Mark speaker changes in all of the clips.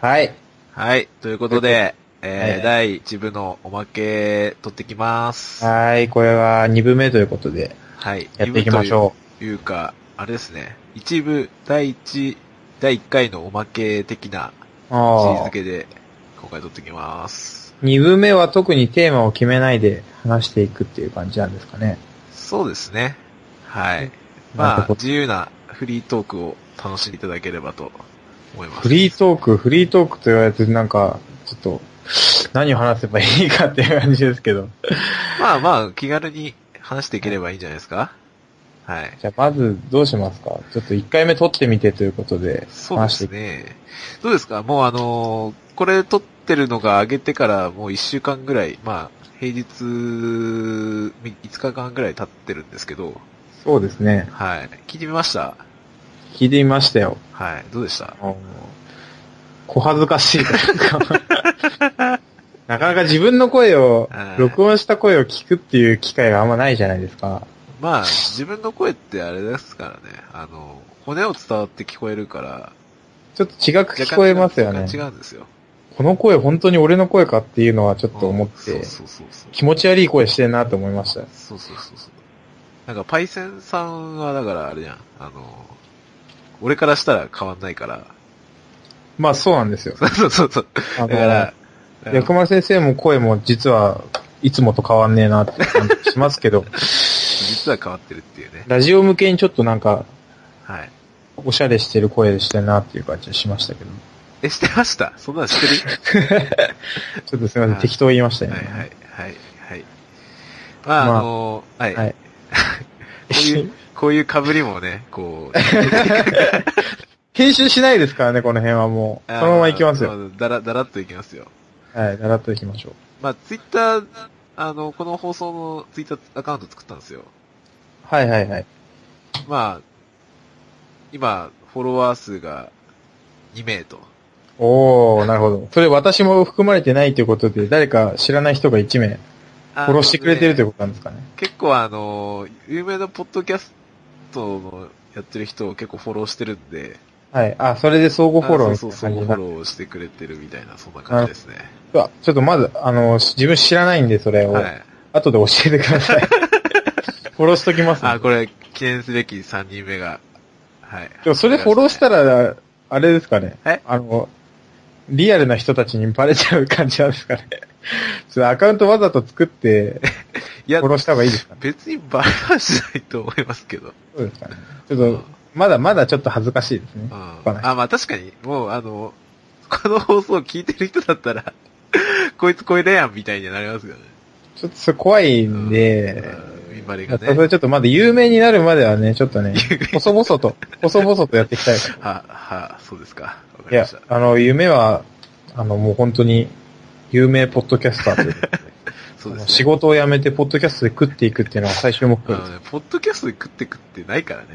Speaker 1: はい。
Speaker 2: はい。ということで、えー
Speaker 1: はい
Speaker 2: 第1部のおまけ取ってきます。は
Speaker 1: はい、これは2部目ということで、
Speaker 2: い。
Speaker 1: やっていきましょ
Speaker 2: う。というか、あれですね。1部、第1、第1回のおまけ的な
Speaker 1: う。
Speaker 2: シリ
Speaker 1: あ
Speaker 2: ーズ
Speaker 1: あ。
Speaker 2: 系で、今回取ってきます。
Speaker 1: 2部目は特にテーマを決めないで話していくっていう感じなんですかね。
Speaker 2: そうですね。はい。
Speaker 1: なん
Speaker 2: まあ、
Speaker 1: かこ
Speaker 2: 自由なフリートークを楽しんでいただければと思います。
Speaker 1: フリートーク、フリートークと言われてなんか、ちょっと、何を話せばいいかっていう感じですけど。
Speaker 2: まあまあ、気軽に話していければいいんじゃないですかはい。
Speaker 1: じゃあまずどうしますかちょっと1回目撮ってみてということで、
Speaker 2: そうで
Speaker 1: 話して
Speaker 2: す
Speaker 1: いく。
Speaker 2: ね。どうですかもうあのーこれ撮ってるのが上げてからもう一週間ぐらい、まあ、平日、5日間ぐらい経ってるんですけど、
Speaker 1: そうですね。
Speaker 2: はい。聞いてみました
Speaker 1: 聞いてみましたよ。
Speaker 2: はい。どうでした
Speaker 1: あの小恥ずかしいというか。 なかなか自分の声を
Speaker 2: は、い
Speaker 1: 録音した声を聞くっていう機会があんまないじゃないですか。
Speaker 2: まあ、自分の声ってあれですからね。あの、骨を伝わって聞こえるから、
Speaker 1: ちょっと違く聞こえますよね。
Speaker 2: 若干違うんですよ。
Speaker 1: この声本当に俺の声かっていうのはちょっと思っ
Speaker 2: う
Speaker 1: て
Speaker 2: ん、そうそうそうそう。
Speaker 1: 気持ち悪い声してんなと思いました。
Speaker 2: そうそうそうそう。なんか、パイセンさんは、だからあれじゃん。あの、俺からしたら変わんないから。
Speaker 1: まあそうなんですよ。
Speaker 2: そうそうそうそう。
Speaker 1: あの
Speaker 2: だから、だか
Speaker 1: 薬丸先生も声も実はいつもと変わんねえなって感じしますけど、
Speaker 2: 実は変わってるっていうね。
Speaker 1: ラジオ向けにちょっとなんか、
Speaker 2: はい。
Speaker 1: おしゃれしてる声してんなっていう感じはしましたけど。
Speaker 2: え、してましたそんなのしてる
Speaker 1: ちょっとすみませ
Speaker 2: は
Speaker 1: ん、
Speaker 2: い
Speaker 1: 適当言いましたよ
Speaker 2: は
Speaker 1: ね。
Speaker 2: いはい、はい、はい。まあ、
Speaker 1: まあ
Speaker 2: あのーはい、
Speaker 1: はい
Speaker 2: こういう、こういう被りもね、こう、
Speaker 1: 編集しないですからね、この辺はも う。そのまま行きますよ。
Speaker 2: あ。だら、だらっといきますよ。
Speaker 1: はい、習っていきましょう。
Speaker 2: まあ、ツイッター、あの、この放送のツイッターアカウント作ったんですよ。
Speaker 1: はいはいはい。
Speaker 2: まあ、今、フォロワー数が2名と。
Speaker 1: おー、なる ほど。それ私も含まれてないということで、誰か知らない人が1名、
Speaker 2: フ
Speaker 1: フォローしてくれてるということなんですかね。
Speaker 2: 結構あの、有名なポッドキャストのやってる人を結構フォローしてるんで、
Speaker 1: はい。あ、それで相互フォロー
Speaker 2: あ
Speaker 1: みた
Speaker 2: そ
Speaker 1: いうな
Speaker 2: そう
Speaker 1: 感
Speaker 2: そ
Speaker 1: じにな
Speaker 2: う、フォ
Speaker 1: る
Speaker 2: ローしてくれてるみたいな、そんな感じですね。
Speaker 1: うわちょっとまず、あの、自分知らないんで、それを。
Speaker 2: はい。
Speaker 1: 後で教えてくださ い。フォローしときます、
Speaker 2: あ、これ、記念すべき3人目が、はい。
Speaker 1: でもそれフォローしたら、あれですかね。
Speaker 2: え
Speaker 1: あの、リアルな人たちにバレちゃう感じなんですかね。 それアカウントわざと作って、
Speaker 2: いや
Speaker 1: フォ、ローした方がいいですかね。
Speaker 2: 別にバラはしないと思いますけど。
Speaker 1: そうですかね。ちょっ
Speaker 2: うん。う
Speaker 1: と
Speaker 2: ん、
Speaker 1: まだまだちょっと恥ずかしいですね。
Speaker 2: あ、
Speaker 1: バラし
Speaker 2: まあ確かに、もうあの、この放送を聞いてる人だったら、 こいつこれだやんみたいになりますよね。
Speaker 1: ちょっとそれ怖い
Speaker 2: うんん
Speaker 1: で、
Speaker 2: うん見張り
Speaker 1: や
Speaker 2: が
Speaker 1: っぱそ
Speaker 2: ね。
Speaker 1: れちょっとまだ有名になるまではね、ちょっ とね、細々と、細々とやっていきたい。い
Speaker 2: は、は、そうですか。わかりま
Speaker 1: や
Speaker 2: した。、
Speaker 1: あの、夢は、あの、もう本当に、有名ポッドキャスターという
Speaker 2: そうですね。
Speaker 1: 仕事を辞めて、ポッドキャストで食っていくっていうのが最終目
Speaker 2: あ
Speaker 1: 標で
Speaker 2: の
Speaker 1: す。
Speaker 2: ね、ポッドキャストで食って食ってないからね。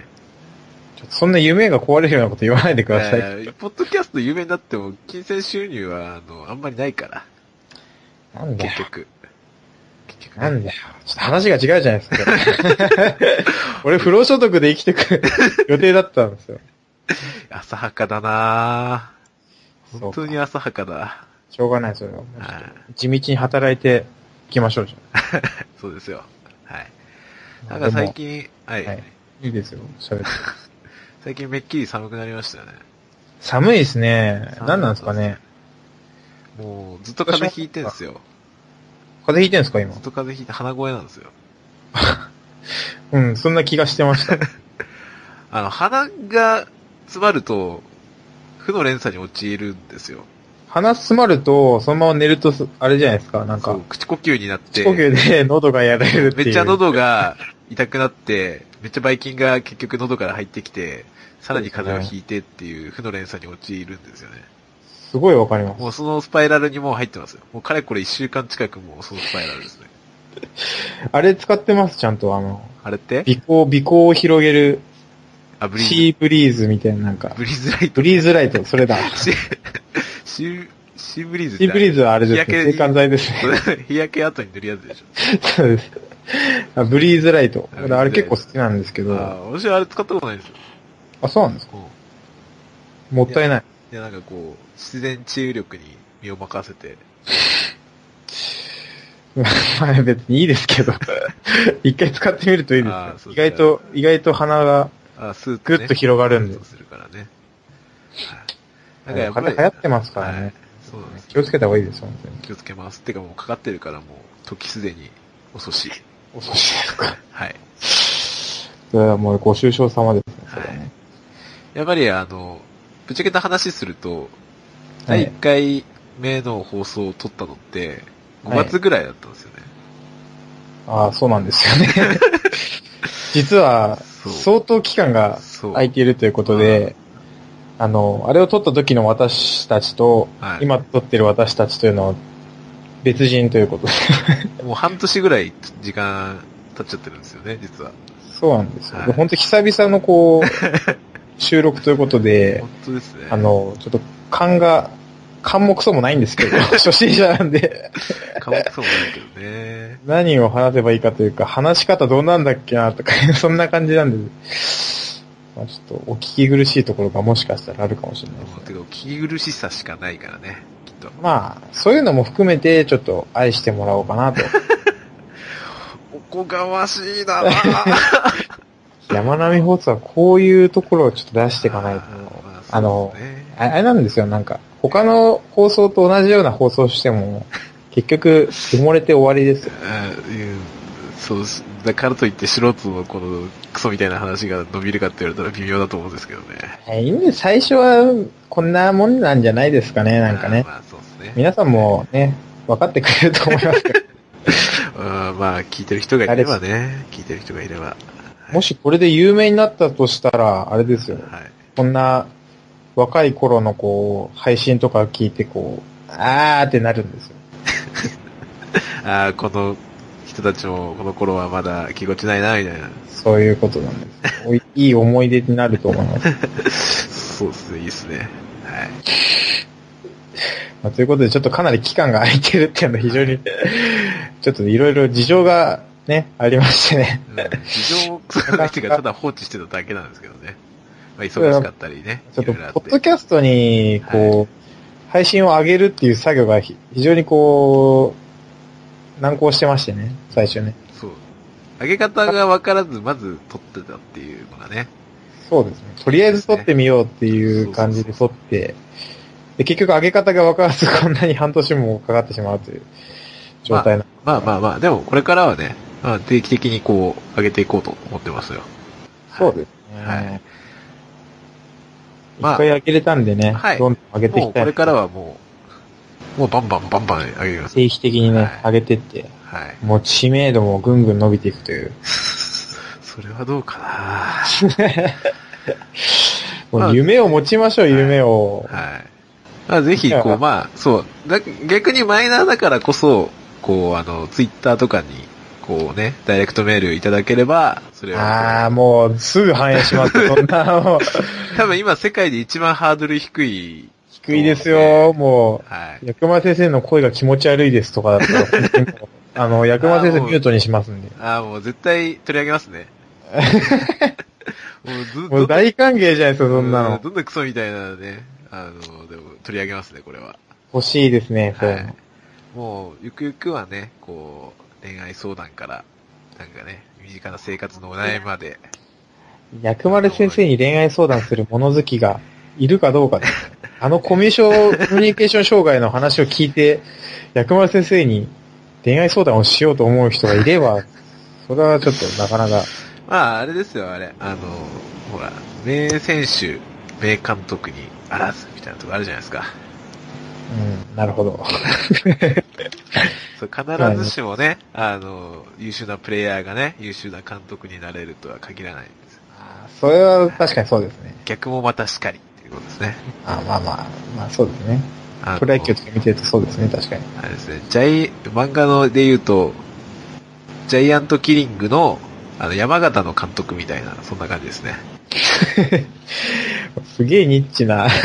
Speaker 1: ちょっとそんな夢が壊れるようなこと言わないでください。
Speaker 2: えーポッドキャスト有名になっても、金銭収入は、あの、あんまりないから。
Speaker 1: なんだよ
Speaker 2: 結。局。結局、
Speaker 1: なんだよ。ちょっと話が違うじゃないですか。 俺、不労所得で生きてく予定だったんですよ。
Speaker 2: 浅はかだなぁ本当に
Speaker 1: そうか
Speaker 2: 浅はかだ。
Speaker 1: しょうがない、それは。
Speaker 2: はい。
Speaker 1: 地道に働いていきましょうじ
Speaker 2: そうですよ。はい。
Speaker 1: ゃ。
Speaker 2: なんんか最
Speaker 1: で
Speaker 2: 近、はい、
Speaker 1: はいも。いいですよ、喋って。
Speaker 2: 最近めっきり寒くなりましたよね。
Speaker 1: 寒いですね。何なんですかね。
Speaker 2: もう、ずっと風邪ひいてんすよ。
Speaker 1: 風邪ひいてんですか、今
Speaker 2: ずっ。と風邪ひいて鼻声なんですよ。
Speaker 1: うん、そんな気がしてま した。
Speaker 2: あの、鼻が詰まると、負の連鎖に陥るんですよ。
Speaker 1: 鼻詰まると、そのまま寝るとす、あれじゃないですか、なん
Speaker 2: そ
Speaker 1: か
Speaker 2: う、。口呼吸になって。
Speaker 1: 口呼吸で喉がやられるっていう。
Speaker 2: めっちゃ喉が痛くなって、めっちゃばい菌が結局喉から入ってきて、さらに風邪をひいてっていう負の連鎖に陥るんですよね。
Speaker 1: すごいわかります。
Speaker 2: もうそのスパイラルにもう入ってますよ。もうかれこれ一週間近くもうそのスパイラルですね。
Speaker 1: あれ使ってます、ちゃんと。あの、
Speaker 2: あれって
Speaker 1: 微光、微光を広げる、
Speaker 2: あ、ブリー
Speaker 1: シーブリーズみたいな、なんか
Speaker 2: ズ。、ブリーズライ
Speaker 1: ブ
Speaker 2: ト。
Speaker 1: リーズライト、それだ。
Speaker 2: シシー、シーブリーズって
Speaker 1: シーブリーズはあれです
Speaker 2: 日焼
Speaker 1: ね。
Speaker 2: け
Speaker 1: 制汗剤ですね。
Speaker 2: それ日焼け後に塗るやつでし
Speaker 1: そうです。あブリーズライト。
Speaker 2: ブリーズライト
Speaker 1: あれ結構好きなんですけ
Speaker 2: ょ。
Speaker 1: ど。
Speaker 2: ああ、私はあれ使ったことないですよ。
Speaker 1: あ、そうなんですか
Speaker 2: うん
Speaker 1: もったいない。
Speaker 2: いや、なんかこう、自然治癒力に身を任せて、
Speaker 1: まあ別にいいです けど。一回使ってみるといいで
Speaker 2: あー
Speaker 1: す
Speaker 2: そ
Speaker 1: よ。
Speaker 2: う
Speaker 1: 意外と、意外と鼻が、
Speaker 2: あスーッと、
Speaker 1: ぐっと広がるんで
Speaker 2: スーッとするからね。はい
Speaker 1: なんか流行ってますからね。
Speaker 2: はいそうなんです
Speaker 1: 気をつけ
Speaker 2: た。
Speaker 1: た方がいいです、本当に。
Speaker 2: 気をつけます。てかもうかかってるからもう、時すでに遅し。
Speaker 1: 恐ろしいですか。
Speaker 2: はい。
Speaker 1: それはもうご愁傷様ですね、そ
Speaker 2: は
Speaker 1: れ
Speaker 2: い
Speaker 1: はね。
Speaker 2: やっぱりあの、ぶっちゃけた話すると、
Speaker 1: はい。
Speaker 2: 第1回目の放送を撮ったのって、5
Speaker 1: はい
Speaker 2: 月ぐらいだったんですよね。
Speaker 1: ああ、そうなんですよ ね。実は、
Speaker 2: そう
Speaker 1: 相当期間が
Speaker 2: そう。
Speaker 1: 空いているということで、あの、あれを撮った時の私たちと、
Speaker 2: はい
Speaker 1: 今撮ってる私たちというのは、別人ということで。
Speaker 2: もう半年ぐらい時間経っちゃってるんですよね、実は。
Speaker 1: そうなんですよ。
Speaker 2: はい
Speaker 1: 本当久々のこう、 収録ということで、
Speaker 2: 本当ですね。
Speaker 1: あ、の、ちょっと勘が、勘もクソもないんですけ ど、初心者なんで、
Speaker 2: かわいそうもないけどね。
Speaker 1: 何を話せばいいかというか、話し方どうなんだっけなとか、 そんな感じなんで、まあ、ちょっとお聞き苦しいところがもしかしたらあるかもしれないです
Speaker 2: もう
Speaker 1: ね。
Speaker 2: てか、聞き苦しさしかないからね、きっと。
Speaker 1: まあ、そういうのも含めて、ちょっと愛してもらおうかなと。
Speaker 2: おこがましいなぁ。
Speaker 1: 山並放送はこういうところをちょっと出 していかないと。
Speaker 2: ま
Speaker 1: あの
Speaker 2: そうですね
Speaker 1: ああれなんですよ、なんか、他の放送と同じような放送しても、結局、埋もれて終わりですよ。
Speaker 2: うんうんそうし、だからといって素人のこのクソみたいな話が伸びるかって言われたら微妙だと思うんですけどね。
Speaker 1: はい、いいんです最初は、こんなもんなんじゃないですかね、なんか
Speaker 2: あ
Speaker 1: ね
Speaker 2: ー。まあそうですね。
Speaker 1: 皆さんもね、分かってくれると思いますけど、
Speaker 2: うんまあ聞いてる人がいればね、聞いてる人がいれば。
Speaker 1: もしこれで有名になったとしたら、あれですよ。
Speaker 2: はい。
Speaker 1: こんな、若い頃のこう、配信とか聞いてこう、あーってなるんですよ。
Speaker 2: ああ、この人たちもこの頃はまだ気持ちないな、みたいな。
Speaker 1: そういうことなんです。おいいい思い出になると思います。
Speaker 2: そうですね、いいですね。はい。
Speaker 1: まあ、ということで、ちょっとかなり期間が空いてるっていうのは非常に、ちょっといろいろ事情がね、ありましてね。
Speaker 2: うん事 情を作 る人がただ放置してただけなんですけどね。まあ、忙しかったりね。
Speaker 1: ちょっと、
Speaker 2: いろいろあ
Speaker 1: ポッドキャストに、こう、
Speaker 2: は
Speaker 1: 配信を上げるっていう作業がひ非常にこう、難航してましてね、最初ね。
Speaker 2: そう。上げ方が分からず、まず撮ってたっていうのがね。
Speaker 1: そうですね。とりあえず撮ってみようっていう感じで撮って、で、結局上げ方が分からず、こんなに半年もかかってしまうという状態な。
Speaker 2: まあまあまあ、でもこれからはね、まあ、定期的にこう、上げていこうと思ってますよ。
Speaker 1: そうですね。
Speaker 2: はい
Speaker 1: 一
Speaker 2: まあ
Speaker 1: 回上げれたんでね、
Speaker 2: はい
Speaker 1: どんどん上げてい
Speaker 2: も
Speaker 1: き
Speaker 2: う
Speaker 1: たい。
Speaker 2: これからはもう、もうバンバンバンバン上げます。
Speaker 1: 定期的にね、
Speaker 2: はい
Speaker 1: 上げてって、
Speaker 2: はい。
Speaker 1: もう知名度もぐんぐん伸びていくという。
Speaker 2: それはどうかな
Speaker 1: もう夢を持ちましょう、
Speaker 2: はい
Speaker 1: 夢を。
Speaker 2: はい。まあぜひ、
Speaker 1: い
Speaker 2: こ
Speaker 1: や
Speaker 2: う、まあ、そう、だ逆にマイナーだからこそ、こう、あの、ツイッターとかに、こうね、ダイレクトメールいただければ、それ
Speaker 1: ああ、
Speaker 2: は、
Speaker 1: もうすぐ反映し ます。そんな、もう、
Speaker 2: 多分今世界で一番ハードル低い。
Speaker 1: 低いですよ、も
Speaker 2: は
Speaker 1: う。
Speaker 2: い。
Speaker 1: 薬間先生の声が気持ち悪いですとかだったら、本当にも うあの、薬間先生
Speaker 2: あーもう
Speaker 1: ミュートにしますんで。
Speaker 2: ああ、もう絶対取り上げま すね。もうずっ
Speaker 1: もう
Speaker 2: と、
Speaker 1: 大歓迎じゃないですか、そんな
Speaker 2: う
Speaker 1: の。
Speaker 2: どんなクソみたいなのね。あの、でも取り上げますね、これは。
Speaker 1: 欲しいですね、そういう
Speaker 2: は
Speaker 1: の
Speaker 2: い。もう、ゆくゆくはね、こう、恋愛相談から、なんかね、身近な生活のお悩みまで、
Speaker 1: 薬丸先生に恋愛相談する物好きがいるかどうかです。あのコミュ障、コミュニケーション障害の話を聞いて、薬丸先生に恋愛相談をしようと思う人がいれば、それはちょっとなかなか、
Speaker 2: まあ、あれですよ、あれ。あの、ほら、名選手、名監督にあらずみたいなとこあるじゃないですか。
Speaker 1: うん、なるほど。
Speaker 2: そう必ずしもね、あの、優秀なプレイヤーがね、優秀な監督になれるとは限らないんです。
Speaker 1: あーそれは確かにそうですね。
Speaker 2: 逆もまたしかりっていうことですね。
Speaker 1: あーまあまあ、まあそうですね。
Speaker 2: あの
Speaker 1: プロ野球とか見てるとそうですね、確かに。
Speaker 2: あれですね、ジャイ、漫画ので言うと、ジャイアントキリングの、あの、山形の監督みたいな、そんな感じですね。
Speaker 1: すげえニッチな。 ジ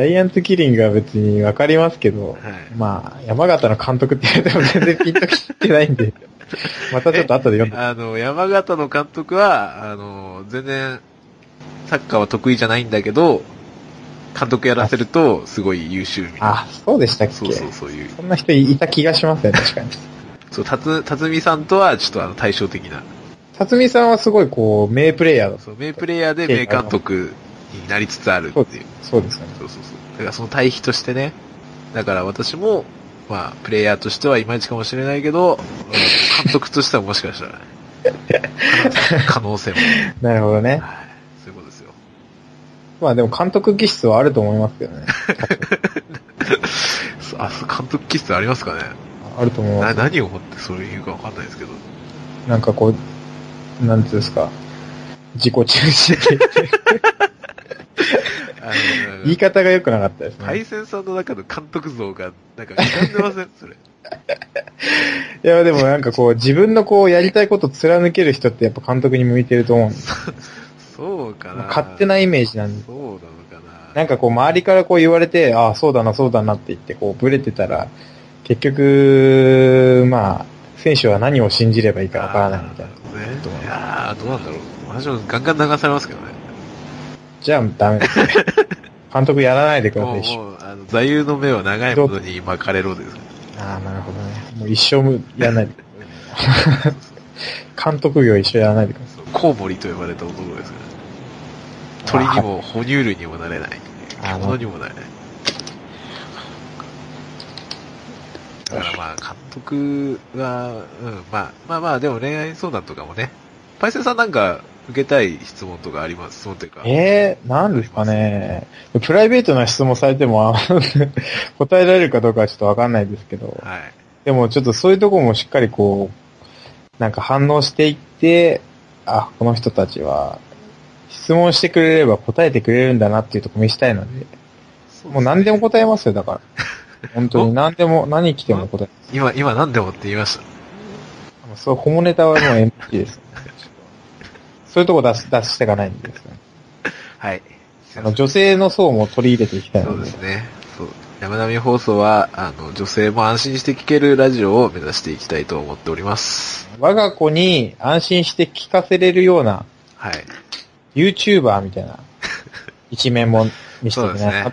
Speaker 1: ャイアントキリングは別にわかりますけど、
Speaker 2: はい。
Speaker 1: まあ、山形の監督って言われても全然ピンときてない んで、またちょっと後で読んで。
Speaker 2: あの、山形の監督は、あの、全然、サッカーは得意じゃないんだけど、監督やらせると、すごい優秀みたいな。
Speaker 1: あ、そうでしたっけ
Speaker 2: そうそう、そういう。
Speaker 1: そんな人いた気がしますね、確かに。
Speaker 2: そう、たつ、たつみさんとは、ちょっとあの、対照的な。
Speaker 1: 辰巳さんはすごいこう、名プレイヤーだ
Speaker 2: そう、名プレイヤーで名監督になりつつあるっていう。
Speaker 1: そうですよね。
Speaker 2: そうそうそう。だからその対比としてね。だから私も、まあ、プレイヤーとしてはいまいちかもしれないけど、うん監督としてはもしかしたらね、 可能性も。
Speaker 1: なるほどね。
Speaker 2: はいそういうことですよ。
Speaker 1: まあでも監督気質はあると思いますけどね。
Speaker 2: そあ、そう監督気質ありますかね
Speaker 1: あると思いま
Speaker 2: な
Speaker 1: す。
Speaker 2: 何を思ってそれ言うかわかんないですけど。
Speaker 1: なんかこう、なんていうんですか、自己中心的。
Speaker 2: あの
Speaker 1: 言い方が良くなかったですね。
Speaker 2: 対
Speaker 1: い
Speaker 2: 戦さんの中の監督像が、なんか、歪んでませんそれ。
Speaker 1: やでもなんかこう、自分のこう、やりたいことを貫ける人ってやっぱ監督に向いてると思うんです。
Speaker 2: そうかな。
Speaker 1: 勝手なイメージなんで。
Speaker 2: そうなのかな。
Speaker 1: なんかこう、周りからこう言われて、ああ、そうだな、そうだなって言って、こう、ブレてたら、結局、まあ、選手は何を信じればいいかわからないみたいな。
Speaker 2: あーるほどね。いやーどうなんだろう。私もガンガン流されますけどね。
Speaker 1: じゃあダメですね。 監督やらないでくだ
Speaker 2: も
Speaker 1: さ
Speaker 2: う、
Speaker 1: い、一生。
Speaker 2: もう、あの、座右の目は長いものに巻かれろです。
Speaker 1: ああ、なるほどね。もう一生もやらないで。監督業一生やらないでくださ
Speaker 2: コウモリと呼ばれた男ですからね。鳥にも哺乳類にもなれない。
Speaker 1: あの
Speaker 2: 獣にもなれない。だからまあ、監督は、うん、まあ、まあまあ、でも恋愛相談とかもね。パイセンさんなんか受けたい質問とかあります質問というか。
Speaker 1: い。ええー、なんですかね。プライベートな質問されても、あの答えられるかどうかはちょっとわかんないですけど。
Speaker 2: はい。
Speaker 1: でもちょっとそういうとこもしっかりこう、なんか反応していって、あ、この人たちは、質問してくれれば答えてくれるんだなっていうとこ見せたいので、もう何でも答えますよ、だ から。本当に何でも、何来ても答え
Speaker 2: 今、今何でもって言いました。
Speaker 1: もうそう、ホモネタはもう NG です、そういうとこ出す、出していかないんですよね。
Speaker 2: はい。
Speaker 1: あの、女性の層も取り入れていきたい
Speaker 2: そ
Speaker 1: の
Speaker 2: う
Speaker 1: で。
Speaker 2: ですね。そう。山並放送は、あの、女性も安心して聞けるラジオを目指していきたいと思っております。
Speaker 1: 我が子に安心して聞かせれるような、
Speaker 2: はい。
Speaker 1: YouTuber みた いな、一面も見せていきたいなと。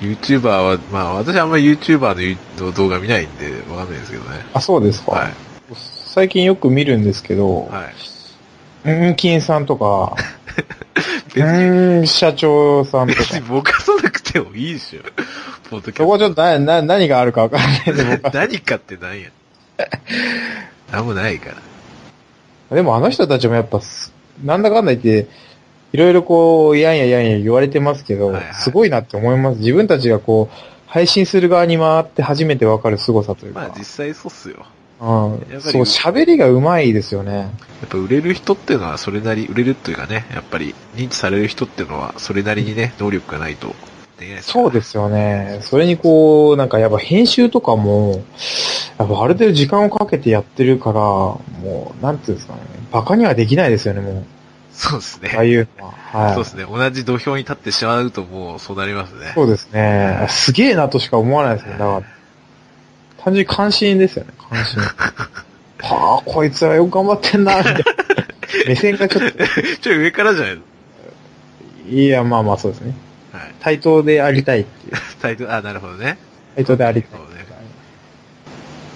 Speaker 2: YouTuber は、まあ私あんまり YouTuber のゆの動画見ないんで、わかんないですけどね。
Speaker 1: あ、そうですか。
Speaker 2: はい。
Speaker 1: 最近よく見るんですけど、
Speaker 2: はい。
Speaker 1: うん、金さんと か、
Speaker 2: 別に、
Speaker 1: うん、社長さん とか。
Speaker 2: 別にぼかさなくてもいいでしょ。ポッドキ
Speaker 1: そこ
Speaker 2: ャ
Speaker 1: はちょっとな、な、何があるかわからないんで、
Speaker 2: ス
Speaker 1: 僕
Speaker 2: ト。
Speaker 1: は。
Speaker 2: 何かって 何や。なんもないから。
Speaker 1: でもあの人たちもやっぱす、なんだかんだ言って、いろいろこう、いやんやいやんや言われてますけど、
Speaker 2: はいはい
Speaker 1: すごいなって思います。自分たちがこう、配信する側に回って初めてわかる凄さという
Speaker 2: まあ
Speaker 1: か。
Speaker 2: 実際そうっすよ。
Speaker 1: うん
Speaker 2: やっぱり。
Speaker 1: そう、喋りが上手いですよね。
Speaker 2: やっぱ売れる人っていうのはそれなり、売れるっていうかね、やっぱり認知される人っていうのはそれなりにね、能力がないとできないですから
Speaker 1: そうですよね。それにこう、なんかやっぱ編集とかも、やっぱある程度時間をかけてやってるから、もう、なんていうんですかね。バカにはできないですよね、もう。
Speaker 2: そうです
Speaker 1: ああ
Speaker 2: ね。
Speaker 1: いうのは。はい。
Speaker 2: そうですね。同じ土俵に立ってしまうともうそうなりますね。
Speaker 1: そうですね。すげえなとしか思わないですね。だから、単純に関心ですよね、関 心。はあ、こいつらよく頑張ってんな、みたいな。目線がちょっと、
Speaker 2: ちょい上からじゃないの
Speaker 1: いや、まあまあそうですね。
Speaker 2: はい。
Speaker 1: 対等でありたいっていう。
Speaker 2: タイトル、あ、なるほどね。
Speaker 1: 対等でありたい。
Speaker 2: そうね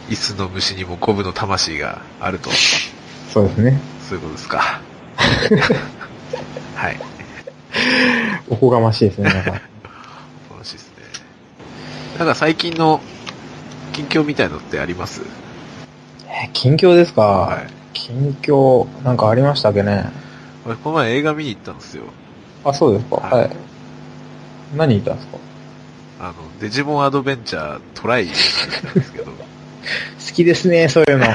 Speaker 2: 椅子の虫にもコブの魂があると。
Speaker 1: そうですね。
Speaker 2: そういうことで すか。はい。
Speaker 1: おこがましいですね、皆さん。
Speaker 2: 楽しいですね。なんか最近の近況みたいのってあります
Speaker 1: えー近況ですか、
Speaker 2: はい。
Speaker 1: 近況、なんかありましたっけね
Speaker 2: 俺この前映画見に行ったんですよ。
Speaker 1: あ、そうですか
Speaker 2: は
Speaker 1: はいい。何言ったんですか
Speaker 2: あの、デジモンアドベンチャートライなんですけ ど。
Speaker 1: 好きですね、そういう の。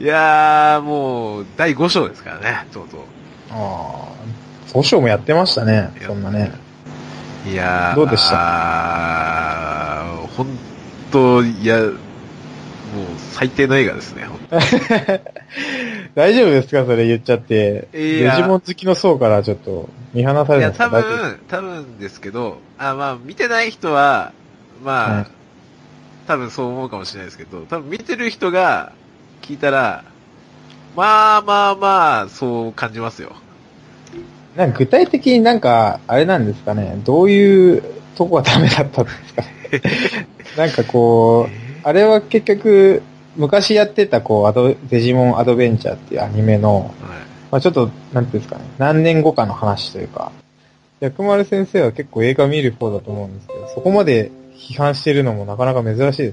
Speaker 2: いやー、もう、第5章ですからね、とうと
Speaker 1: ああ、総称もやってましたね
Speaker 2: う。、
Speaker 1: そんなね。。
Speaker 2: いやー、
Speaker 1: どうでした
Speaker 2: た本当いや、もう、最低の映画ですね、ほんと
Speaker 1: 大丈夫ですかそれ言っちゃって。
Speaker 2: いや
Speaker 1: デジモン好きの層からちょっと見放される
Speaker 2: い
Speaker 1: ん
Speaker 2: や、
Speaker 1: ですか
Speaker 2: 多
Speaker 1: 大丈夫
Speaker 2: 分、多分ですけど、あ、まあ、見てない人は、まあ、
Speaker 1: はい
Speaker 2: 多分そう思うかもしれないですけど、多分見てる人が聞いたら、まあまあまあ、そう感じますよ。
Speaker 1: なんか具体的になんか、あれなんですかね、どういうとこがダメだったんです かなんかこう、あれは結局、昔やってたこう、アド、デジモンアドベンチャーっていうアニメの、
Speaker 2: はい。
Speaker 1: まあちょっと、なんていうんですかね、何年後かの話というか、薬丸先生は結構映画見る方だと思うんですけど、そこまで批判してるのもなかなか珍しいですよ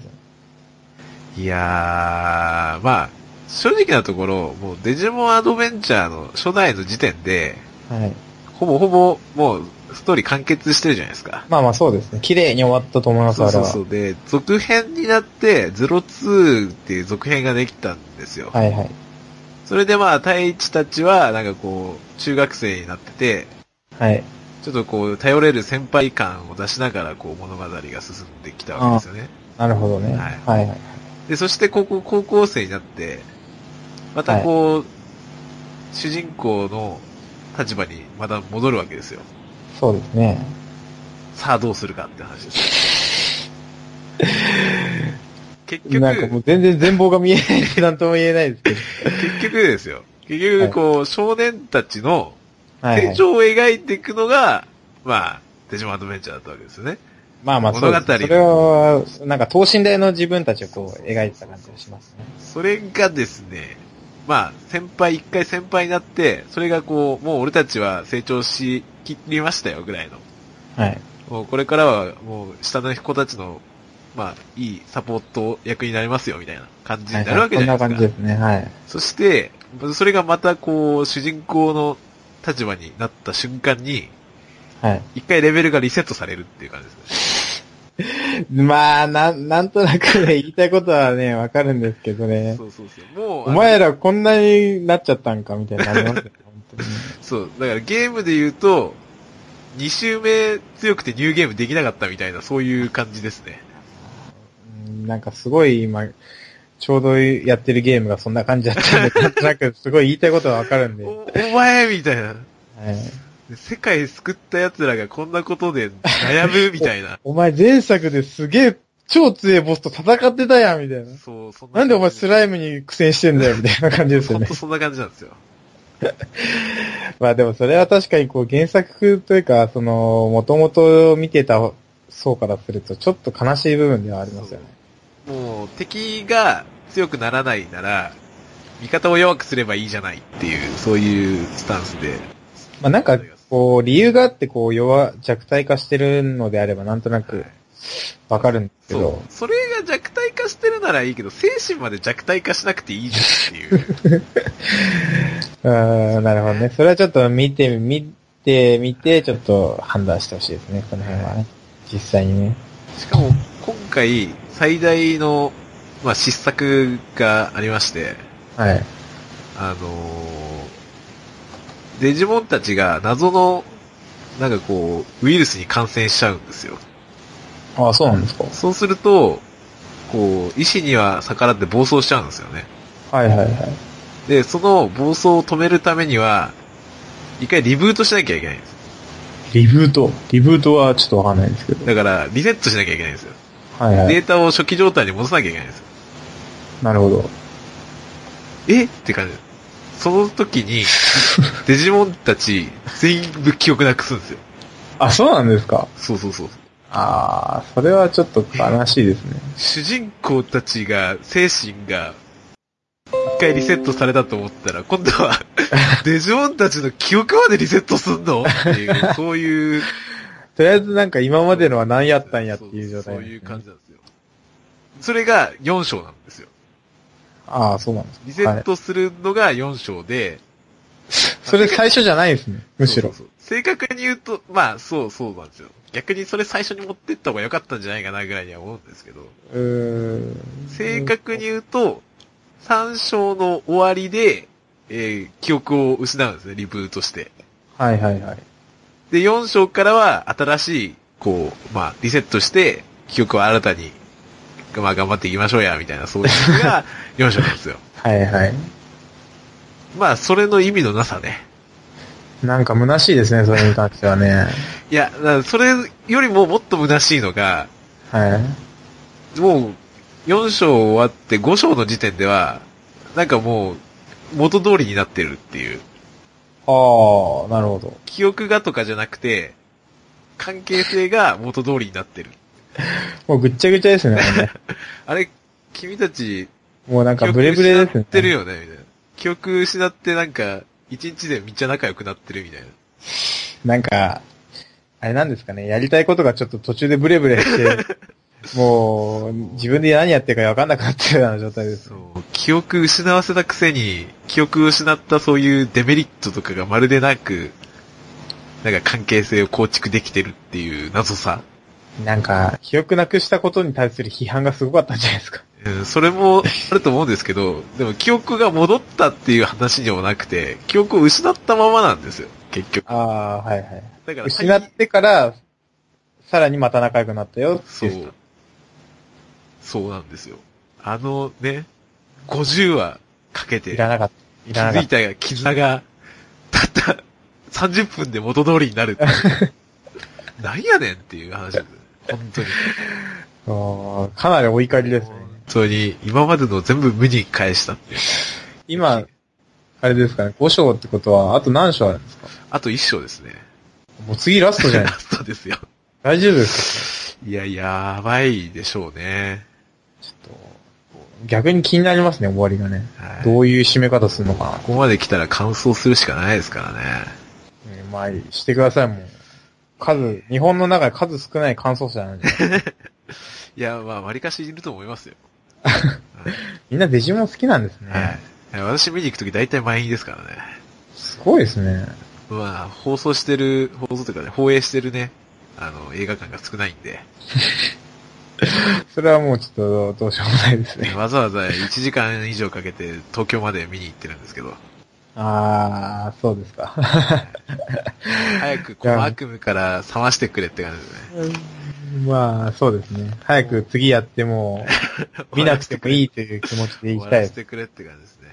Speaker 1: ね。
Speaker 2: いやー、まあ、正直なところ、もうデジモンアドベンチャーの初代の時点で、
Speaker 1: はい。
Speaker 2: ほぼほぼ、もう、ストーリー完結してるじゃないですか。
Speaker 1: まあまあそうですね。綺麗に終わったと思います、
Speaker 2: そ
Speaker 1: あ
Speaker 2: う
Speaker 1: れ
Speaker 2: そう
Speaker 1: は。
Speaker 2: そう。で、続編になって、02っていう続編ができたんですよ。
Speaker 1: はいはい。
Speaker 2: それでまあ、太一たちは、なんかこう、中学生になってて、
Speaker 1: はい。
Speaker 2: ちょっとこう、頼れる先輩感を出しながら、こう、物語が進んできたわけですよね。
Speaker 1: なるほどね。
Speaker 2: はい
Speaker 1: はいはい。
Speaker 2: で、そして高校、高校生になって、またこう、主人公の立場にまた戻るわけですよ。
Speaker 1: そうですね。
Speaker 2: さあどうするかって話です。 結局、
Speaker 1: なんかもう全然全貌が見えないし、なんとも言えないですけど。
Speaker 2: 結局ですよ。結局、こう、少年たちの
Speaker 1: はい、は
Speaker 2: 成
Speaker 1: い。
Speaker 2: 長を描いていくのが、まあ、デジモンアドベンチャーだったわけですよね。
Speaker 1: まあまあそうです。
Speaker 2: 物語
Speaker 1: それは、なんか等身大の自分たちをこう描いてた感じがしますね。
Speaker 2: それがですね、まあ、先輩、一回先輩になって、それがこう、もう俺たちは成長しきりましたよ、ぐらいの。
Speaker 1: はい。
Speaker 2: もうこれからは、もう下の子たちの、まあ、いいサポート役になりますよ、みたいな感じになるわけじゃない
Speaker 1: はは
Speaker 2: で
Speaker 1: こんな感じ
Speaker 2: すか。
Speaker 1: ですね。はい。
Speaker 2: そして、それがまたこう、主人公の立場になった瞬間に、
Speaker 1: はい。
Speaker 2: 一回レベルがリセットされるっていう感じですね。
Speaker 1: まあ、なん、なんとなくね、言いたいことはね、わかるんですけどね。
Speaker 2: そうそうそう。もう、
Speaker 1: お前らこんなになっちゃったんか、みたいになりますよ、本当 に。
Speaker 2: あのそう、だからゲームで言うと、2周目強くてニューゲームできなかったみたいな、そういう感じですね。
Speaker 1: うんなんかすごい今、ちょうどやってるゲームがそんな感じだったんで、なんとなくすごい言いたいことはわかるんで。
Speaker 2: お、
Speaker 1: はい。
Speaker 2: お前みたいな。世界救った奴らがこんなことで悩むみ たいな。
Speaker 1: お前前作ですげえ超強いボスと戦ってたやん、みたいな。
Speaker 2: そう、そん
Speaker 1: なんでお前ス
Speaker 2: す
Speaker 1: ライムに苦戦してんだよ、みたいな感じですよ
Speaker 2: ほん
Speaker 1: ね
Speaker 2: と。そんな感じなんですよ。
Speaker 1: まあでもそれは確かにこう原作というか、その、元々見てた層からするとちょっと悲しい部分ではありますよね。
Speaker 2: もう、敵が強くならないなら、味方を弱くすればいいじゃないっていう、そういうスタンスで。
Speaker 1: まあなんか、こう、理由があってこう弱、弱体化してるのであればなんとな
Speaker 2: は
Speaker 1: く
Speaker 2: い
Speaker 1: わかるんですけ
Speaker 2: そ
Speaker 1: ど。
Speaker 2: う。それが弱体化してるならいいけど、精神まで弱体化しなくていいじゃんって いう。
Speaker 1: うーん、なるほどね。それはちょっと見て、見て、見て、ちょっと判断してほしいですね、この辺はね。実際にね。
Speaker 2: しかも、今回、最大の、まあ、失策がありまして、
Speaker 1: はい。
Speaker 2: あのーデジモンたちが謎の、なんかこう、ウイルスに感染しちゃうんですよ。
Speaker 1: ああ、そうなんですか。
Speaker 2: そうすると、こう、意志には逆らって暴走しちゃうんですよね。
Speaker 1: はいはいはい。
Speaker 2: で、その暴走を止めるためには、一回リブートしなきゃいけないんです。
Speaker 1: リブート。リブートはちょっとわかんないんですけど。
Speaker 2: だから、リセットしなきゃいけないんですよ。
Speaker 1: はいは
Speaker 2: デ
Speaker 1: い。
Speaker 2: ータを初期状態に戻さなきゃいけないんですよ。
Speaker 1: なるほど。
Speaker 2: えって感じ。その 時に、デジモンたち、全部記憶なくすんですよ。
Speaker 1: あ、そうなんですか。
Speaker 2: そうそうそう。
Speaker 1: ああ、それはちょっと悲しいですね。
Speaker 2: 主人公たちが、精神が、一回リセットされたと思ったら、今 度は、デジモンたちの記憶までリセットすんのっていう、そういう。
Speaker 1: とりあえずなんか今までのは何やったんやっていう状態、
Speaker 2: そうそういう感
Speaker 1: じ。
Speaker 2: じなんですよ。それが4章なんですよ。
Speaker 1: ああ、そうなんです
Speaker 2: リセ
Speaker 1: は
Speaker 2: ッ
Speaker 1: い、
Speaker 2: トするのが4章で、
Speaker 1: それ最初じゃないです ね。むしろ。
Speaker 2: そうそうそう正確に言うと、まあ、そうそうなんですよ。逆にそれ最初に持ってった方が良かったんじゃないかなぐらいには思うんですけど、
Speaker 1: うーん。
Speaker 2: 正確に言うと、3章の終わりで、えー記憶を失うんですね、リブートして。
Speaker 1: はいはいはい。
Speaker 2: で、4章からは新しい、こう、まあ、リセットして、記憶を新たに、まあ、頑張っていきましょうや、みたいな、そういうのが4章なんですよ。
Speaker 1: はいはい。
Speaker 2: まあ、それの意味のなさね。
Speaker 1: なんか虚しいですね、それに関しては ね。
Speaker 2: いや、だからそれよりももっと虚しいのが、
Speaker 1: はい。
Speaker 2: もう、4章終わって5章の時点では、なんかもう、元通りになってるっていう。
Speaker 1: あああ、なるほど。
Speaker 2: 記憶がとかじゃなくて、関係性が元通りになってる。
Speaker 1: もうぐっちゃぐちゃですね、も うね
Speaker 2: あれ、君たち、
Speaker 1: もうなん
Speaker 2: 記
Speaker 1: か
Speaker 2: 憶
Speaker 1: ブレブレです
Speaker 2: 失
Speaker 1: ね
Speaker 2: っ。てるよね、みたいな。記憶失ってなんか、一日でめっちゃ仲良くなってるみたいな。
Speaker 1: なんか、あれなんですかね、やりたいことがちょっと途中でブレブレ して、もう、自分で何やってるかわかんなくなってるような状態です
Speaker 2: そ。う、記憶失わせたくせに、記憶失ったそういうデメリットとかがまるでなく、なんか関係性を構築できてるっていう謎さ。
Speaker 1: なんか、記憶なくしたことに対する批判がすごかったんじゃないですか。
Speaker 2: うん、そ れもあると思うんですけど、でも記憶が戻ったっていう話でもなくて、記憶を失ったままなんですよ、結局。
Speaker 1: ああ、はいはい。
Speaker 2: だから、
Speaker 1: 失ってから、さらにまた仲良くなったよって
Speaker 2: そ
Speaker 1: いう
Speaker 2: う。そうなんですよ。あのね、50話かけて
Speaker 1: い、らなかった。い
Speaker 2: 気
Speaker 1: らなか
Speaker 2: づ
Speaker 1: っ
Speaker 2: いたが、絆が、たった30分で元通りになるっていう。 何やねんっていう話です。本当に。
Speaker 1: た。うんかなりお怒りですね。
Speaker 2: 本当に、今までの全部無に返したっていう。
Speaker 1: 今、あれですかね、5章ってことは、あと何章あるんですか
Speaker 2: あと1章ですね。
Speaker 1: もう次ラストじゃ
Speaker 2: ラ
Speaker 1: ない
Speaker 2: ストですよ。
Speaker 1: 大丈夫です
Speaker 2: いや、やばいでしょうね。
Speaker 1: かちょっと、逆に気になりますね、終わりがね。
Speaker 2: はい
Speaker 1: どういう締め方するのかな。
Speaker 2: ここまで来たら感想するしかないですからね。
Speaker 1: ねまあ、してください、もう。数、日本の中で数少ない感想者 なんで。
Speaker 2: いや、まあ、割かしいると思いますよ。
Speaker 1: みんなデジモン好きなんですね。
Speaker 2: はい。私見に行くとき大体満員ですからね。
Speaker 1: すごいですね。
Speaker 2: まあ、放送してる、放送というかね、放映してるね、あの、映画館が少ないんで、
Speaker 1: それはもうちょっとどうしようもないです ね。
Speaker 2: わざわざ1時間以上かけて東京まで見に行ってるんです けど、
Speaker 1: あー、そうですか。
Speaker 2: 早くこの悪夢から覚ましてくれって感じですね。
Speaker 1: まあ、そうですね。早く次やっても、 見なくてもいいという気持ちで
Speaker 2: 終
Speaker 1: いき
Speaker 2: わ
Speaker 1: たい
Speaker 2: ら
Speaker 1: で
Speaker 2: せ
Speaker 1: す。
Speaker 2: てくれって感じですね。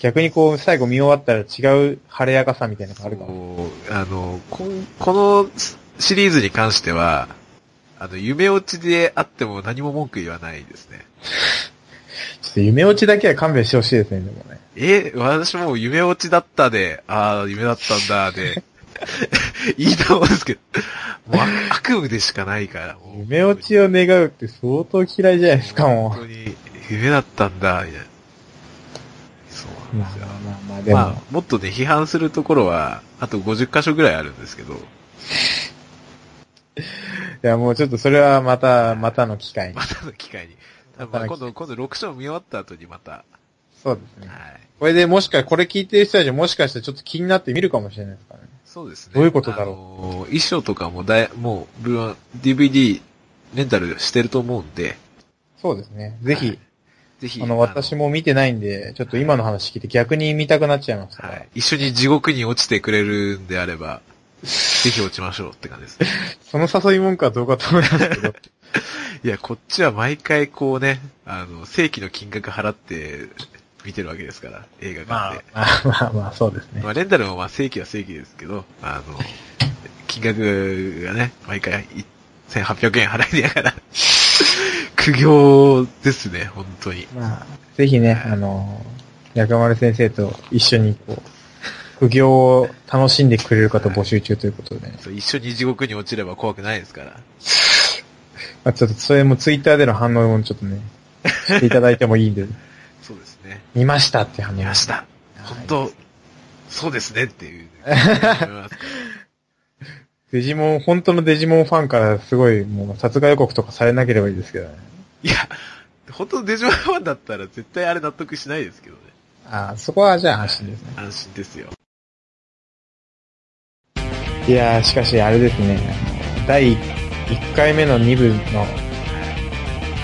Speaker 1: 逆にこう、最後見終わったら違う晴れやかさみたいなのがあるかも。
Speaker 2: こうあの、こんこのシリーズに関しては、あの、夢落ちであっても何も文句言わないですね。
Speaker 1: ちょっと夢落ちだけは勘弁してほしいですね、でもね。
Speaker 2: え、私もう夢落ちだったで、ああ、夢だったんだで、 いいと思うんですけど、もう悪悪夢でしかないから、もう
Speaker 1: 夢落ちを願うって相当嫌いじゃないですか、も
Speaker 2: 本当に、夢だったんだ、みたいな。そう
Speaker 1: う。
Speaker 2: なん
Speaker 1: まあ
Speaker 2: ですよ。
Speaker 1: まあまあ、でも、
Speaker 2: まあ、もっとね、批判するところは、あと50箇所ぐらいあるんですけど、
Speaker 1: いやもうちょっとそれはまた、またの機会に。
Speaker 2: またの機会に。
Speaker 1: ま
Speaker 2: ま
Speaker 1: たの
Speaker 2: あ、
Speaker 1: 機会
Speaker 2: 今度、今度6章見終わった後にまた、は
Speaker 1: そうです
Speaker 2: い
Speaker 1: ね。。これでもしか、これ聞いてる人たちもしかしたらちょっと気になって見るかもしれないですからね。
Speaker 2: そうですね。
Speaker 1: どういうことだろう
Speaker 2: う。衣装とかもだい、もう、ブルワ DVD、レンタルしてると思うんで、
Speaker 1: そうですね。ぜ
Speaker 2: は
Speaker 1: ひ
Speaker 2: い、ぜひ。
Speaker 1: あの、私も見てないんで、ちょっと今の話聞いて逆に見たくなっちゃいました。
Speaker 2: はい。一緒に地獄に落ちてくれるんであれば、ぜひ落ちましょうって感じ ですね。
Speaker 1: その誘い文句はどうかと思いますけ ど。
Speaker 2: いや、こっちは毎回こうね、あの、正規の金額払って見てるわけですから、映画
Speaker 1: まあ
Speaker 2: 館で。、
Speaker 1: まあまあまあ、そうですね
Speaker 2: ま。あ、レンタルもまあ正規は正規ですけど、あの、金額がね、毎回い1800円払いながら、 苦行ですね、本当に。
Speaker 1: まあ、ぜひね、あの、薬丸先生と一緒にこう、苦行を楽しんでくれる方募集中ということで、
Speaker 2: そう一緒に地獄に落ちれば怖くないですから。
Speaker 1: まあちょっとそれもツイッターでの反応もちょっとね、していただいてもいいんで、
Speaker 2: そうですね。
Speaker 1: 見ましたって反応。
Speaker 2: 見ました。
Speaker 1: はい
Speaker 2: 本当、そうですねって いう、思います
Speaker 1: デジモン、本当のデジモンファンからすごい、もう殺害予告とかされなければいいですけどね。
Speaker 2: いや、本当のデジモンファンだったら絶対あれ納得しないですけどね。
Speaker 1: ああ、そこはじゃあ安心ですね。
Speaker 2: 安心ですよ。
Speaker 1: いやー、しかしあれですね、第1回目の2部の、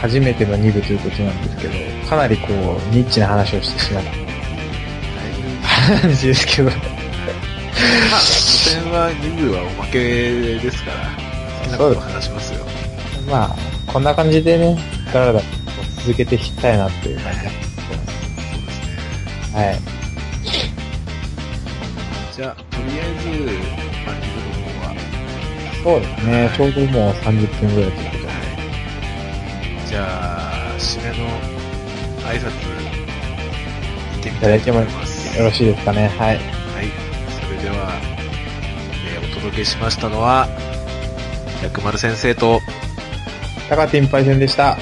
Speaker 1: 初めての2部ということなんですけど、かなりこう、ニッチな話をしてしまった話ですけど、
Speaker 2: まあ、初戦は2部はおまけですから、そんなことも話しますよ。
Speaker 1: まあ、こんな感じでね、だらだら続けていきたいなっていう感じなんですけ
Speaker 2: そうですね。
Speaker 1: ど、はい。
Speaker 2: じゃあ、とりあえず、まあ、2部の方
Speaker 1: そ
Speaker 2: は、
Speaker 1: うですね、ちょうどもう30分ぐらいということで。
Speaker 2: はい。じゃあ、締めの挨拶、行ってみたいと思います。
Speaker 1: よろしいですかね。はい。
Speaker 2: はい。では、えーお届けしましたのは、薬丸先生と、
Speaker 1: 高手いっぱい戦でした。